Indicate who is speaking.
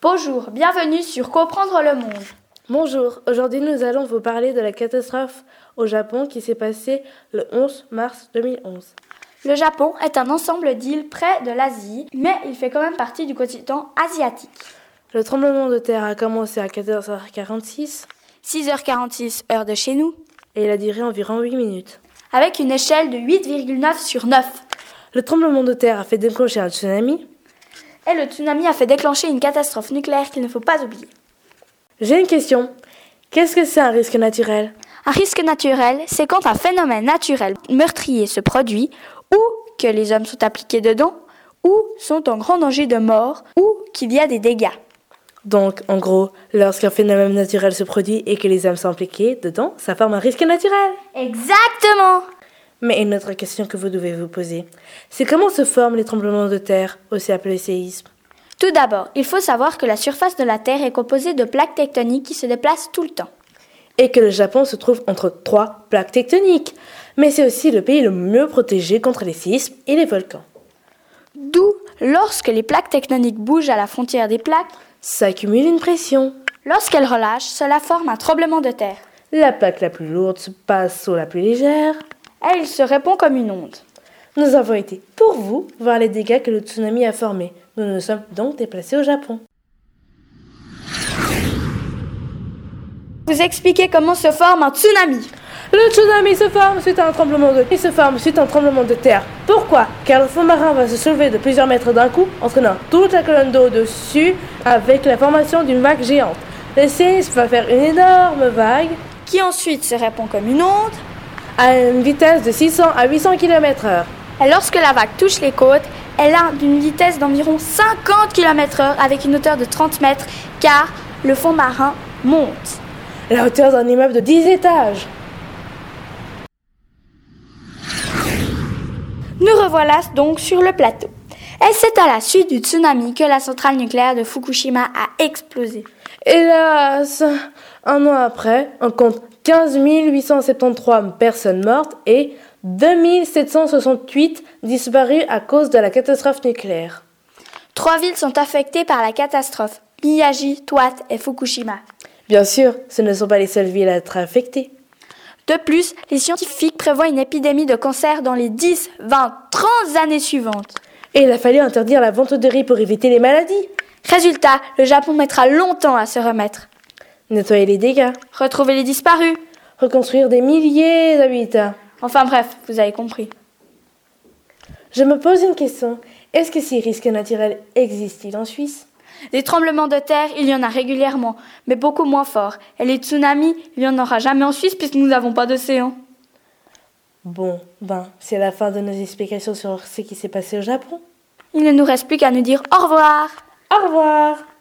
Speaker 1: Bonjour, bienvenue sur Comprendre le monde.
Speaker 2: Bonjour, aujourd'hui nous allons vous parler de la catastrophe au Japon qui s'est passée le 11 mars 2011.
Speaker 1: Le Japon est un ensemble d'îles près de l'Asie, mais il fait quand même partie du continent asiatique.
Speaker 2: Le tremblement de terre a commencé à 14h46
Speaker 1: 6h46 heure de chez nous,
Speaker 2: et il a duré environ 8 minutes.
Speaker 1: avec une échelle de 8,9 sur 9.
Speaker 2: Le tremblement de terre a fait déclencher un tsunami.
Speaker 1: Et le tsunami a fait déclencher une catastrophe nucléaire qu'il ne faut pas oublier.
Speaker 2: J'ai une question. Qu'est-ce que c'est un risque naturel
Speaker 1: Un risque naturel, c'est quand un phénomène naturel meurtrier se produit, ou que les hommes sont impliqués dedans, ou sont en grand danger de mort, ou qu'il y a des dégâts.
Speaker 2: Donc, en gros, lorsqu'un phénomène naturel se produit et que les hommes sont impliqués dedans, ça forme un risque naturel.
Speaker 1: Exactement
Speaker 2: Mais une autre question que vous devez vous poser, c'est comment se forment les tremblements de terre, aussi appelés séismes
Speaker 1: Tout d'abord, il faut savoir que la surface de la Terre est composée de plaques tectoniques qui se déplacent tout le temps.
Speaker 2: et que le Japon se trouve entre trois plaques tectoniques. Mais c'est aussi le pays le mieux protégé contre les séismes et les volcans.
Speaker 1: D'où, lorsque les plaques tectoniques bougent à la frontière des plaques,
Speaker 2: Ça accumule une pression.
Speaker 1: lorsqu'elles relâchent, cela forme un tremblement de terre.
Speaker 2: La plaque la plus lourde se passe sur la plus légère.
Speaker 1: Et il se répond comme une onde.
Speaker 2: Nous avons été, pour vous, voir les dégâts que le tsunami a formés. Nous nous sommes donc déplacés au Japon.
Speaker 1: Vous expliquez comment se forme un tsunami.
Speaker 2: Le tsunami hein, se forme suite à un tremblement de terre. Il se forme suite à un tremblement de terre. Pourquoi Car le fond marin va se soulever de plusieurs mètres d'un coup, entraînant toute la colonne d'eau dessus avec la formation d'une vague géante. Le séisme va faire une énorme vague
Speaker 1: qui ensuite se répand comme une onde.
Speaker 2: à une vitesse de 600 à 800 km/h.
Speaker 1: Et lorsque la vague touche les côtes, elle a d'une vitesse d'environ 50 km/h avec une hauteur de 30 mètres car le fond marin monte.
Speaker 2: La hauteur d'un immeuble de 10 étages.
Speaker 1: Nous revoilà donc sur le plateau. Et c'est à la suite du tsunami que la centrale nucléaire de Fukushima a explosé.
Speaker 2: Hélas, un an après, on compte 15 873 personnes mortes et 2768 disparues à cause de la catastrophe nucléaire.
Speaker 1: Trois villes sont affectées par la catastrophe. Miyagi, Toat et Fukushima.
Speaker 2: Bien sûr, ce ne sont pas les seules villes à être affectées.
Speaker 1: De plus, les scientifiques prévoient une épidémie de cancer dans les 10, 20, 30 années suivantes.
Speaker 2: Et il a fallu interdire la vente de riz pour éviter les maladies.
Speaker 1: Résultat, le Japon mettra longtemps à se remettre.
Speaker 2: Nettoyer les dégâts.
Speaker 1: Retrouver les disparus.
Speaker 2: Reconstruire des milliers d'habitats.
Speaker 1: Enfin bref, vous avez compris.
Speaker 2: Je me pose une question. Est-ce que ces risques naturels existent-ils en Suisse
Speaker 1: Des tremblements de terre, il y en a régulièrement, mais beaucoup moins forts. Et les tsunamis, il n'y en aura jamais en Suisse puisque nous n'avons pas d'océan.
Speaker 2: Bon, ben, c'est la fin de nos explications sur ce qui s'est passé au Japon.
Speaker 1: Il ne nous reste plus qu'à nous dire au revoir.
Speaker 2: Au revoir